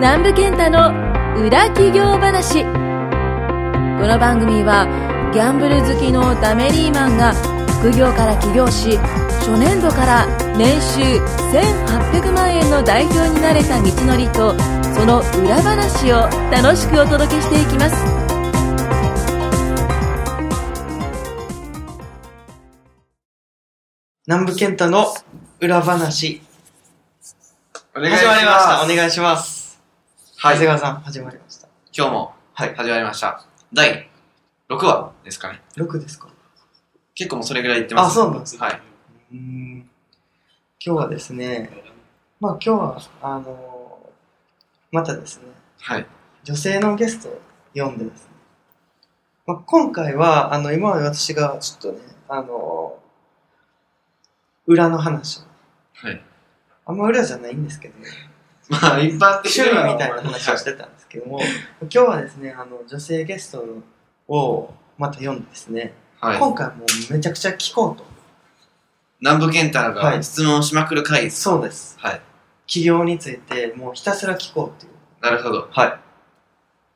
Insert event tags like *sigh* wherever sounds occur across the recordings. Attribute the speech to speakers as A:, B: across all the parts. A: 南部健太の裏企業話この番組はギャンブル好きのダメリーマンが副業から起業し初年度から年収1800万円の代表になれた道のりとその裏話を楽しくお届けしていきます
B: 南部健太の裏話。
C: お
B: 始
C: 願
B: ま
C: いし
B: り
C: ま
B: ました。お
C: す。
B: 願いします。
C: は
B: 長谷
C: い。
B: 川さん、始まりました。
C: 今日も、
B: はい
C: 始まりました。第6話ですかね。
B: 6ですか
C: 結構もうそれぐらい言ってます。
B: あそうなんです
C: はい。
B: うーん。今日はですね、まあ今日は、あのーまたですね、
C: はい。
B: 女性のゲストを呼んでですね、まあ、今回は、あの、今まで私がちょっとね、あのー裏の話を、
C: はい。
B: あんま裏じゃないんですけどね、
C: まあ、一般的
B: 趣
C: には
B: 味みたいな話をしてたんですけども、今日はですね、あの、女性ゲストをまた読んでですね、
C: はい。はい
B: 今回もうめちゃくちゃ聞こうと。
C: 南部健太
B: は
C: が
B: い
C: 質問しまくる回です。
B: そうです。
C: はい。
B: 企業についてもうひたすら聞こうっていう。
C: なるほど。
B: はい。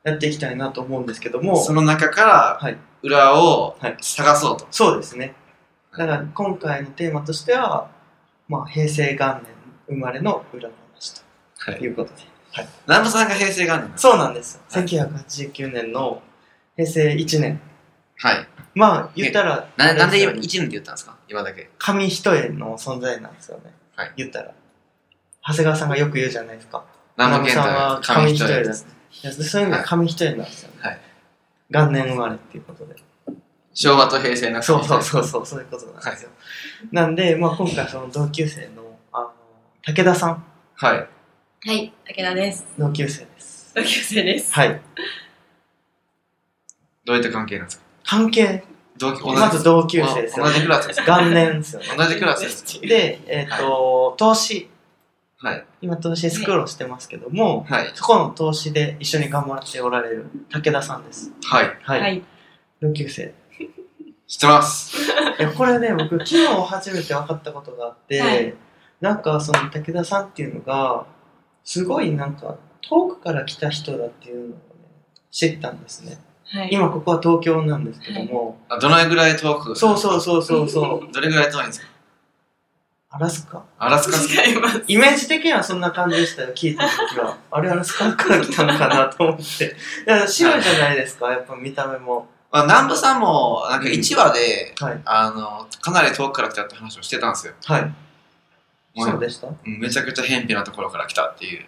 B: やっていきたいなと思うんですけども、
C: その中から、
B: はい。
C: 裏を
B: はい
C: 探そうと。
B: そうですね。だから今回のテーマとしては、まあ、平成元年生まれの裏話
C: は
B: とい
C: い。
B: うことで。
C: 南部さんが平成元年。
B: そうなんです。
C: はい
B: 1989年の平成1年。
C: はい。
B: まあ、言ったら、
C: ななんで今、
B: あれ
C: 1
B: すよね
C: 年って言ったんですか今だけ。
B: 紙一重の存在なんですよね。
C: はい
B: 言ったら。長谷川さんがよく言うじゃないですか。
C: 南部健
B: さん
C: 太
B: は
C: が
B: 紙
C: 紙
B: 一
C: 一
B: 重
C: 重
B: で。
C: です
B: いやそういうのが紙一重なんですよね。
C: はい
B: 元年生まれっていうことで。
C: 昭和と平成の
B: そうそう
C: う。
B: そうそう、そういうことなんですよ。なんで、まあ今回その同級生の、あの、武田さん、
C: はい。
D: はい、武田です。
B: 同級生です。
D: 同級生です。
B: はい。
C: どういった関係なんですか
B: 関係、
C: 同期同じ
B: まず同級生ですよ
C: 同じ
B: ね。
C: クラスです。
B: 元年ですよね。
C: 同じクラスです。
B: で、えっ、と、投資、
C: はい。
B: 今投資スクロールしてますけども、
C: はい。
B: そこの投資で一緒に頑張っておられる武田さんです。
C: はい。
B: は。
D: はいい。
B: 同級生。
C: 知ってます。
B: いや、これね、僕、昨日初めて分かったことがあって、
D: はい
B: なんか、その、武田さんっていうのが、すごいなんか、遠くから来た人だっていうのをね、知ったんですね。
D: はい。
B: 今、ここは東京なんですけども、
C: あどのぐらい遠く
B: そうそうそうそうそう、
C: どれぐらい遠いんですか
B: アラスカ。
C: アラスカっす
D: 違います。
B: イメージ的にはそんな感じでしたよ、聞いた時は。あれ、アラスカから来たのかなと思って。いや、白いじゃないですか、やっぱ見た目も。
C: まあ、南部さんも、なんか1話で、
B: はい。
C: あの、かなり遠くから来たって話をしてたんですよ。
B: はい。
C: も
B: そうでした
C: うんめちゃくちゃ偏僻なところから来たっていう。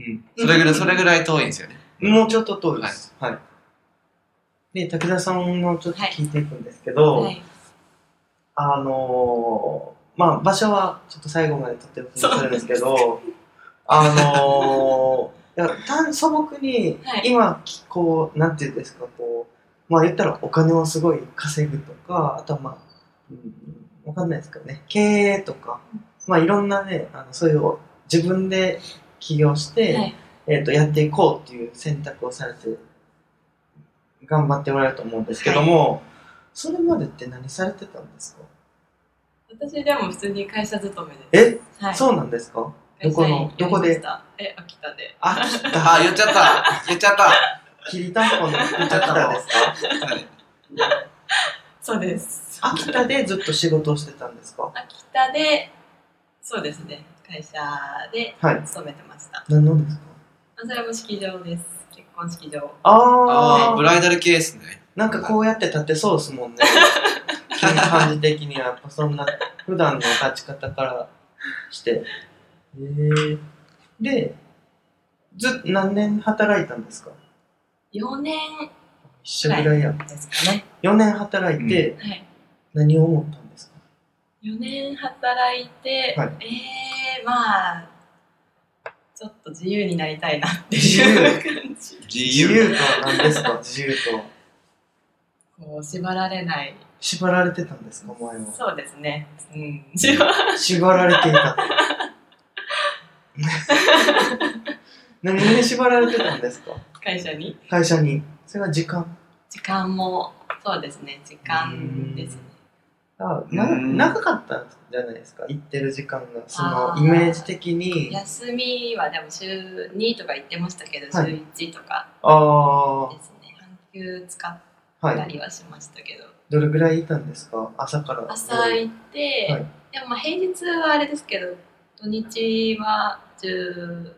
B: うん。
C: それぐらい、それぐらい遠いんですよね。
B: もうちょっと遠いです。はい。で、武田さんのちょっと聞いていくんですけど、
D: はい。
B: あのー、まあ、場所はちょっと最後までとっておくするんですけど、あのー、いや単素朴に
D: はい
B: 今、こう、なんていうんですか、こう、まあ言ったらお金をすごい稼ぐとか、あとはまあ、うん、わかんないですけどね、経営とか、まあいろんなね、あのそういう自分で起業して、
D: はい。
B: えー、とやっていこうっていう選択をされて頑張っておられると思うんですけども、それまでって何されてたんですか
D: 私でも普通に会社勤めです。
B: え、
D: はい。
B: そうなんですか
D: 会社員
B: どこの
D: やりましたえ、秋田で。
B: あ、切
C: あ、
B: っ
C: 言っちゃった言っちゃった
B: た。きりたんぽの秋田ですか
C: はい
D: そう *laughs* です。
B: 秋田でずっと仕事をしてたんですか
D: 秋田で、そうですね。会社で
B: はい。
D: 勤めてました。
B: 何のですか
D: あそれも式場です。結婚式場。
B: あ
C: あー、
B: ー
C: ブライダル系ですね。
B: なんかこうやって立てそうですもん
D: *laughs*
B: ね。感じ的には、やっぱそんな、普段の立ち方からして。えー、で、ずっと何年働いたんですか
D: 4年
B: 一緒ぐらいや。
D: ですかね。
B: 4年働いて、
D: はい。
B: 何を思ったんですか、
D: 4年働いて、
B: は
D: えー、まあ、ちょっと自由になりたいなっていう感じ。
C: 自
B: 自
C: 由。
B: 由とは何です
C: *laughs*
B: か自由とは。
D: こう縛られない
B: 縛られてたんですかお前は。
D: そうですねうん縛ら
B: 縛られてい
D: *laughs*
B: た。何に縛られてたんですか
D: 会社に
B: 会社に。それは時間。
D: 時間もそうですね時間ですね
B: だから
C: う
B: な、
C: ん
B: 長かったんじゃないですか、行ってる時間が。そ
D: あ
B: の、
D: ー
B: イメージ的に。
D: 休みはでも週2とか言ってましたけど、
B: はい
D: 週1とか
B: あ
D: ですね半休使っ
B: あ、は
D: た
B: い。
D: りはしましたけど、
B: どれぐらいいたんですか朝から。
D: 朝行って、
B: はい
D: でもまあ平日はあれですけど土日は11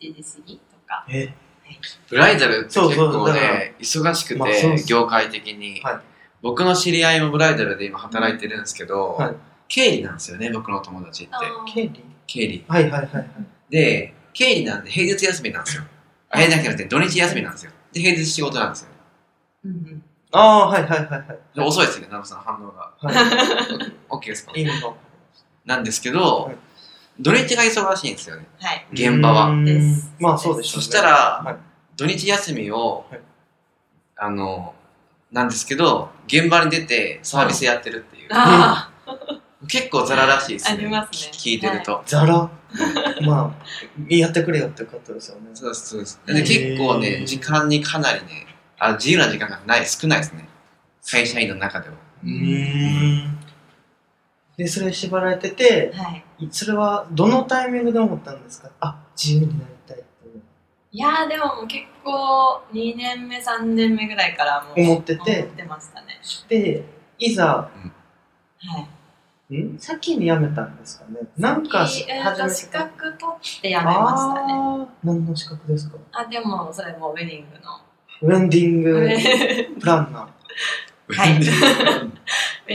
D: 時過ぎとか
B: え、
C: ブライダルって結
B: そうそ
C: 構
B: うだから
C: ね、忙しく
B: まあそうで
C: て、
B: す
C: 業界的に
B: はい。
C: 僕の知り合いもブライダルで今働いてるんですけど
B: はい、
C: 経理なんですよね、僕の友達って。
D: あー
B: 経理
C: 経理。
B: はいはいはいはい。
C: で、経理なんで平日休みなんですよ。あ、平日じゃなくて土日休みなんですよ。で、平日仕事なんですよ。
D: うんうん
B: ああ、はいはいはいはい。
C: で遅いですね、ナムさんの反応が。
B: は
C: OK ですか
B: い、意味が
C: なんですけど
B: はい、
C: 土日が忙しいんですよね。
D: はい
B: *laughs*
C: 現場は
B: うーん
D: です
B: まあそうでしょ
C: そう
B: ね。
C: した、ら、
B: はい
C: 土日休みを、
B: はい
C: あの、なんですけど、現場に出てサービスやってるっていう。
D: あ
C: 結構ザラらしいですね。
D: ありますね
C: き聞いてると。
B: ザラ、まあ、やってくれよってことですよね。
C: そうです、そうです。
D: へ
C: で
D: ー
C: 結構ね、時間にかなりね、あ自由な時間がない、少ないですね。会社員の中でも。
B: うーん。で、それ縛られてて
D: あ、はい
B: それはどのタイミングで思ったんですかあ、自由になりたいって
D: いやーでももう結構2年目3年目ぐらいからもう
B: 思ってて
D: 思ってましたね
B: で、いざ、
D: はい
B: ん先に辞めたんですかねなんか
D: い
B: し
D: えー
B: 始
D: と
B: め
D: 資
B: てた
D: 格取ってやめましたね
B: あー何の資格ですか
D: あでもそれもうウェディングの
B: ウェンディン
D: *laughs* ウ
B: グ
D: ェ
B: プランナ
D: はい
C: うん
D: ディングなん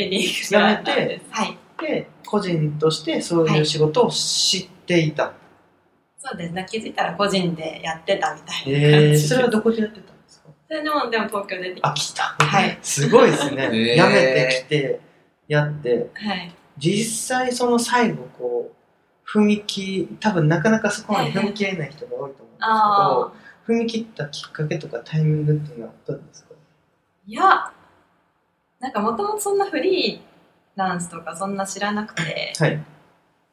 D: です
B: やめ
D: は
B: ー
D: い
B: で、個人としてそういう仕事を知っていた。
D: そうですね気づいたら個人でやってたみたいな
B: えー、それはどこでやってたんですか
D: それでもでも東京出てき
B: あ、
D: ま
B: 来。
D: したはい。
B: すごいです
D: *laughs*
B: ね。
C: へー
B: やめてきて、やって、
D: はい
B: 実際その最後こう、踏み切り、多分なかなかそこまで踏み切れない人が多いと思うん
D: あ
B: で
D: あ
B: すけど、踏み切ったきっかけとかタイミングっていうのはどうですか
D: いやなんかもともとそんなフリーランスとかそんな知らなくて
B: はい。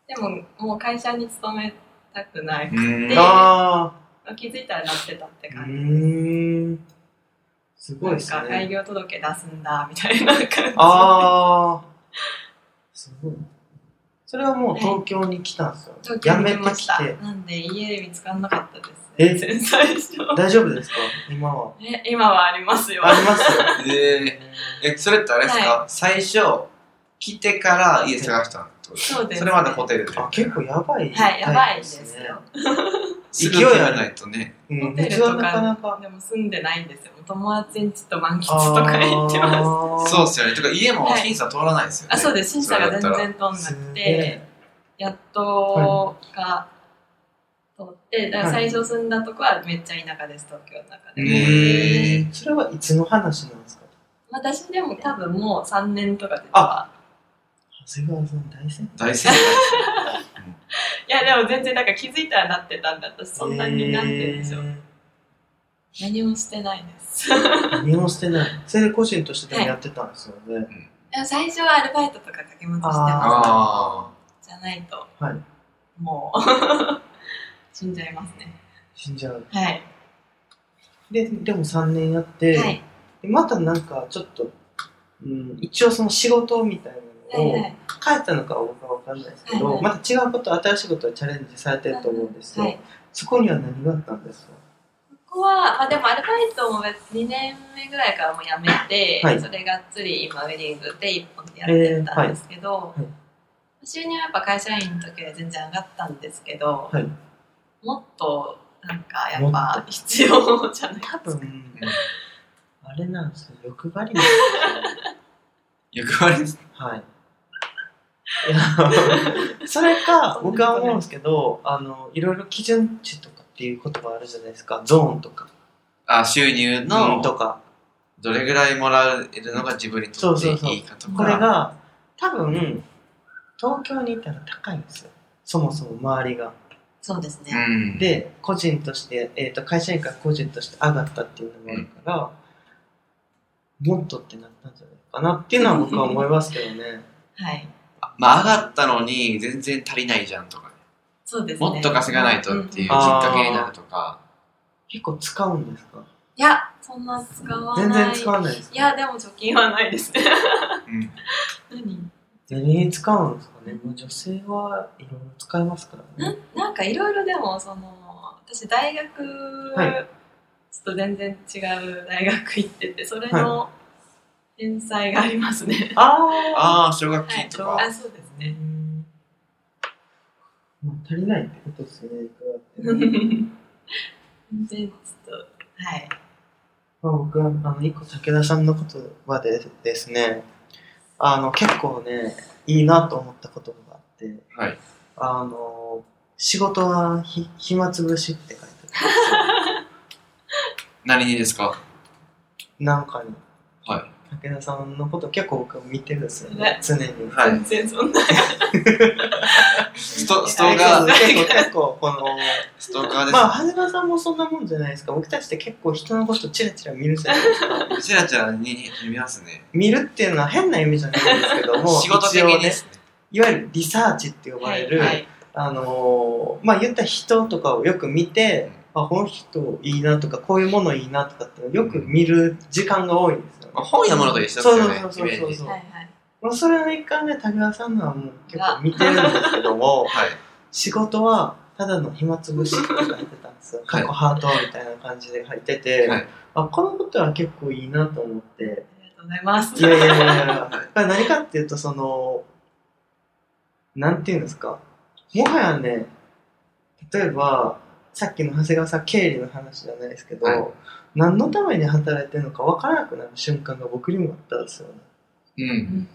D: でももう会社に勤めたくない
C: *laughs* うん
D: で
B: ああ、
D: 気づいたらなってたって
B: う
D: 感じ、
B: ーん。すごいです
D: なんか開
B: ね。
D: 業届出すんだみたいな感じ
B: ああ、すごい。それはもう東京に来たんですよ。
D: 東
B: や
D: 京に
B: め
D: 来
B: て
D: ま
B: き
D: した
B: て。
D: なんで家見つからなかった
B: え
D: です、ね、最初
B: 大丈夫ですか今は。
D: え今はありますよ
B: あります *laughs*
C: でえ、それってあれですか、最初、来てから家探したってことですか
D: そうです
C: それまでホテルで。
B: あ結構やばい、
D: はいやばいです
B: ね
D: よ。
C: すぐ決めないとね。
B: うん、
D: ホテ
B: 普
D: ル
B: 通
D: とか
B: はなかなか。
D: でも住んでないんですよ友達んちと満喫とか行ってますあ
C: そう
B: う
C: ですよね。てか家も
D: はい
C: 審査通らないですよね。
D: そうです審査が全
C: それだっ
D: 然通ん
B: す
D: な
B: げ
D: くて
B: え
D: やっとが通ってだか
B: は
D: ら最
B: い
D: 初住んだとこはめっちゃ田舎です東京の中で、
C: うん
B: へえそれはいつの話なんですか
D: 私でも多分もう3年とかであ
B: 長谷川さん大先
C: たら大正解です
D: いやでも全然なんか気づいたらなってたんだ私そんなになってるでしょ、
B: へえ
D: 何もしてないです *laughs*
B: 何もしてない。それで個人としてでもやってたんですよね。
D: でも最初はアルバイトとか掛け持ちしてま
C: *laughs*
D: し
C: あ
D: たじゃないと、
B: はい
D: もう *laughs* 死んじゃいますね
B: 死んじゃう。
D: はい、
B: で、でも3年やって、
D: はい
B: でまたなんかちょっと、うん、一応その仕事みたいな
D: は
B: の
D: い
B: を、
D: はい
B: 帰ったのかは僕は分かんないですけど、
D: はいはい
B: また違うこと新しいことをチャレンジされてると思うんですよ、
D: はい
B: そこには何があったんですか
D: ここは、まあ、でもアルバイトも2年目ぐらいからもう辞めて、
B: はい
D: それがっつり今ウェディングで一本でやってたんですけど、
B: えーはいは
D: 収入はやっぱ会社員の時より全然上がったんですけど、
B: はい
D: もっとなんかやっぱ必要じゃない
B: 多分あれなんですよ欲張りなんですよ
C: ー欲張りです。
D: *laughs*
B: はいいやそれか僕は思うんですけどあのいろいろ基準値とかっていう言葉あるじゃないですかゾーンとか
C: あ、収入
B: うん
C: の
B: とか
C: どれぐらいもらえるのが自分にとっていいかとか。
B: これが多分東京にいたら高いんですよそもそも周りが
D: そうです
C: う
D: ね、
C: ん。
B: で個人として、えー、と会社員から個人として上がったっていうのもあるから、もっとってなったんじゃないかなっていうのは僕は思いますけどね
D: はい
C: まあ上がったのに全然足りないじゃんとか、
D: そうですね
C: もっと稼がないとっていうきっ
D: ん
B: あー
C: かけになるとか、
B: 結構使うんですか
D: いいや、そんな使わない。
B: 全然使わないです
D: いや、でも貯金はないです *laughs* ね。
C: うん
D: 何
B: 何に使うんですかね、まあ、女性はいろいろ使えますから
D: な
B: ね
D: なんかいろいろでも、その、私大学、
B: はい
D: ちょっと全然違う大学行ってて、それの返済がありますね。
B: あ
C: ああ、奨学
D: は
C: 金
D: い *laughs*
C: とか。
D: あ、そうですね。 *laughs*
B: まあ、足りないってことですねいくらっても
D: 全然ちょっと、はい。
B: *laughs* まあ、僕は、あの、一個武田さんの言葉でですね、あの、結構ね、いいなと思った言葉があって、
C: はい。
B: あの、仕事はひ暇つぶしって書いてある。
C: 何にですか
B: なんかに、
C: は
B: 武田さんのこと結構僕は見てるんですよね
D: ね、
B: 常に。
C: い。はい。
D: 全然そんな。
C: スト、スト
B: そ
C: ー
B: う
C: カ
B: が
C: ー、
B: 結構、結構、この、
C: ストーカーです。
B: まあ、長谷川さんもそんなもんじゃないですか。僕たちって結構人のことチラチラ見るじゃないですか。 *laughs*
C: ちらちらに見ますね。
B: 見るっていうのは変な意味じゃないんですけども、
C: *laughs* 仕事的
B: 一応
C: にで
B: ね、
C: すね。
B: いわゆるリサーチって呼ばれる、
D: はい。
B: あのーまあ言った人とかをよく見て、あこの人いいなとかこういうものいいなとかってよく見る時間が多いんですよ、
C: まあ、本読むのと一緒です
B: そう
C: よ
B: そう
C: ね。
B: そうそう
C: イメ
B: そ
C: ー
B: う
C: ジ
B: そう、
D: はいはい。
B: まあ、それの一環で武田さんのはもう結構見てるんですけど
C: *laughs*
B: も
C: はい。
B: 仕事はただの暇つぶしって書いてたん
C: *laughs*
B: ですよ過去ハートみたいな感じで書いてて、
C: はい
B: あこのことは結構いいなと思って
D: ありがとうございます。 *laughs*
B: いやいやいやいややっぱり何かっていうとそのなんていうんですかもはやね例えばさっきの長谷川さん経理の話じゃないですけど、
C: はい
B: 何のために働いてるのか分からなくなる瞬間が僕にもあったんですよね
C: うん。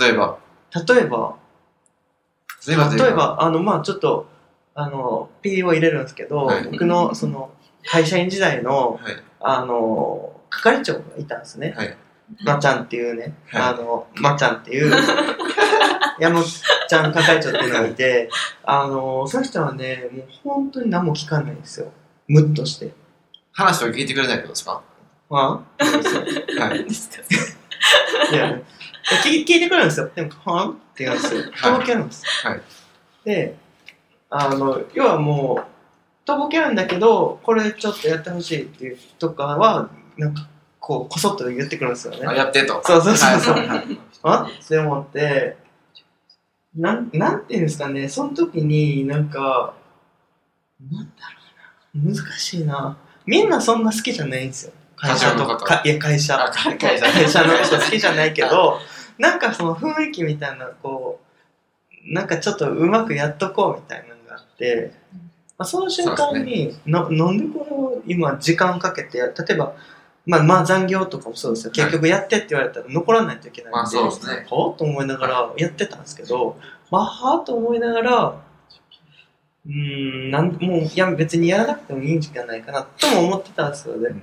C: 例えば、
B: 例えば
C: 例えば、
B: 例え、ばあのまあちょっとあの P を入れるんですけど、
C: はい
B: 僕のその会社員時代の
C: はい。
B: あの係長がいたんですね、
C: はい
B: まちゃんっていうね、
C: はい
B: あのまちゃんって
C: *laughs*
B: いう山ちゃん係長っていうのがいてあのその人はねもう本当に何も聞かないんですよムッとして
C: 話を聞いてくれないってことで
B: *laughs*
C: すか
B: はあって言うんですよ
C: はい。
D: 何ですか
B: いや聞い聞いてくるんですよでも「はん?」って言うんですよとぼけるんです、
C: はい
B: であの要はもうとぼけるんだけどこれちょっとやってほしいっていうとかはなんかこうこそっと言ってくるんですよね
C: あ、やってと。
B: そうそうそうそう
C: はいはいはい
B: あって思ってなんなんていうんですかねその時になんかなんだろうな難しいなみんなそんな好きじゃないんですよ会社と
C: 会社の
B: か
C: 方
B: かいや会社
C: あ会会社
B: 会社の人好きじゃないけど *laughs* なんかその雰囲気みたいなこうなんかちょっとうまくやっとこうみたいなのがあって、まあ、その瞬間に、ななんでこれを今時間かけて例えばまあまあ残業とかもそうですよ結局やってって言われたら残らないといけないんで、
C: まあそうですね
B: ほうと思いながらやってたんですけど、まあはあと思いながらうーんなんもういや別にやらなくてもいいんじゃないかなとも思ってたんですよね、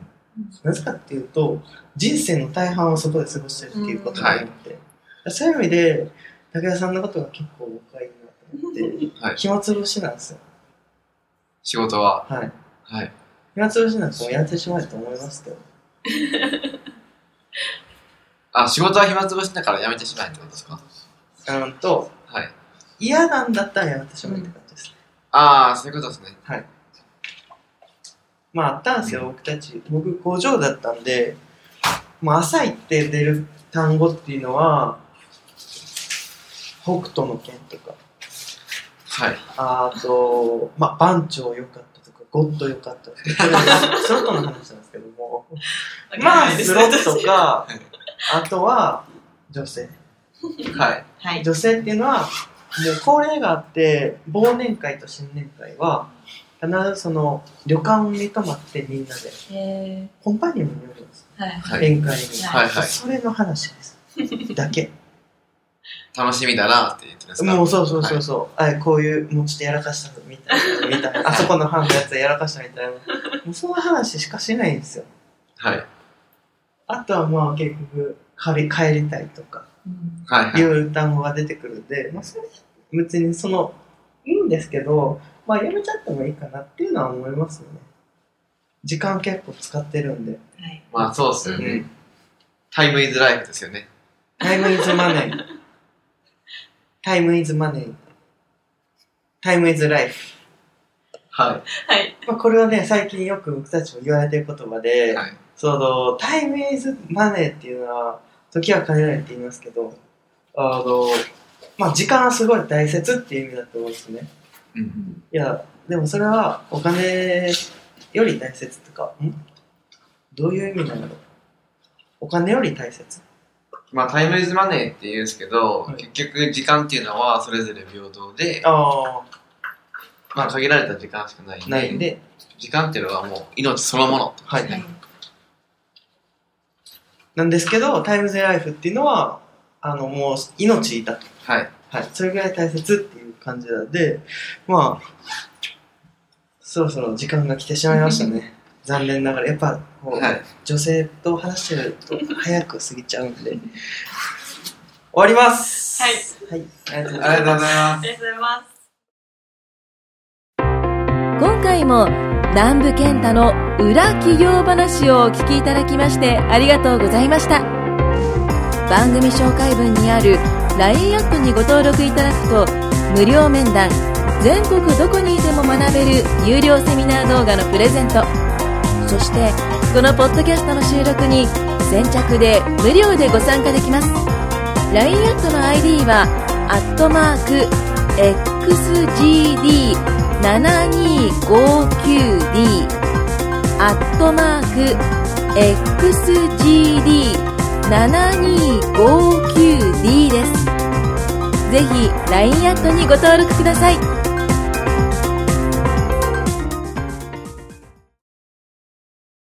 B: なぜかっていうと人生の大半をそこで過ごしてるっていうことになって、そういう意味で武田さんのことが結構僕はいいなと思って、
C: はい
B: 暇つぶしなんですよ
C: 仕事は、
B: はい
C: はい。
B: 暇つぶしなんてもうやってしまえと思いますけど
C: あ、仕事は暇つぶしだからやめてしまえってことですか
B: うんと
C: はい。
B: 嫌なんだったらやってしまえって感じです、
C: ああ、そういうことですね。
B: まああったんですよ、僕たち僕工場だったんでもう朝行って出る単語っていうのは北斗の拳とか
C: はい。
B: あと、まあ、番長良かったとか、ゴッド良かったとか、それはスロットの話なんですけども、まあ、スロットとか、あとは女性。
C: はい。
D: はい。
B: 女性っていうのは、もう恒例があって、忘年会と新年会は、必ずその旅館に泊まってみんなで、
D: え
B: コンパニオンに寄るんです。
D: ー、はい。
C: はい。
B: 宴会に。
C: はいはい
B: それの話
C: *laughs*
B: です。だけ。
C: 楽しみだなって言ってますか
B: もうそうそうそうそう、あこういうもうちょっとやらかしたみたいなみたい
C: *laughs*
B: なあそこの班のやつやらかしたみたいなもうその話しかしないんですよ
C: はい。
B: あとはまあ結局帰り帰りたいとか
D: うん
C: はいはいい。
B: う単語が出てくるんで、まあ、それ別にそのいいんですけど、まあ、やめちゃってもいいかなっていうのは思いますよね時間結構使ってるんで、
D: はい。
C: まあそうですよ
B: う
C: ね。
B: ん、
C: タイムイズライフですよね。
B: タイムイズマネータイムイズマネータイムイズライフ
C: は
D: はい。
B: まあ、これはね、最近よく僕たちも言われてる言葉
C: い。
B: で、
C: はい。
B: その、タイムイズマネーっていうのは、時は限られて言いますけど、あの、まあ、時間はすごい大切っていう意味だと思うんですね。
C: うん。
B: いや、でもそれはお金より大切とか、んどういう意味なんだろう。お金より大切。
C: まあ、タイムイズマネーって言うんですけど、
B: はい
C: 結局時間っていうのはそれぞれ平等で、
B: あ
C: まあ、限られた時間しかないん
B: あ、
C: で
B: ないんで、
C: 時間っていうのはもう命そのもの
B: は。
D: はいい。
B: なんですけど、タイムズライフっていうのは、あの、もう命だと。
C: はい
B: はい。それぐらい大切っていう感じなので、まあ、そろそろ時間が来てしまいました *laughs* ね。残念ながら、やっぱこう、
C: はい
B: 女性と話してると早く過ぎちゃうんで。終わります。
D: はい
B: はい。ありがとうご
C: あ
B: ざ
C: り
B: い
C: がとう
B: ま
C: ご
B: す。
C: ざいま
A: 今回も
C: す
D: ありがとうございます。
A: 南部健太の裏企業話をお聞きいただきましてありがとうございました番組紹介文にある LINE アップにご登録いただくと無料面談全国どこにいても学べる有料セミナー動画のプレゼントそしてこのポッドキャストの収録に先着で無料でご参加できます LINE アットの ID はアットマーク XGD 7259D アットマーク XGD7259D ですぜひ LINE アットにご登録ください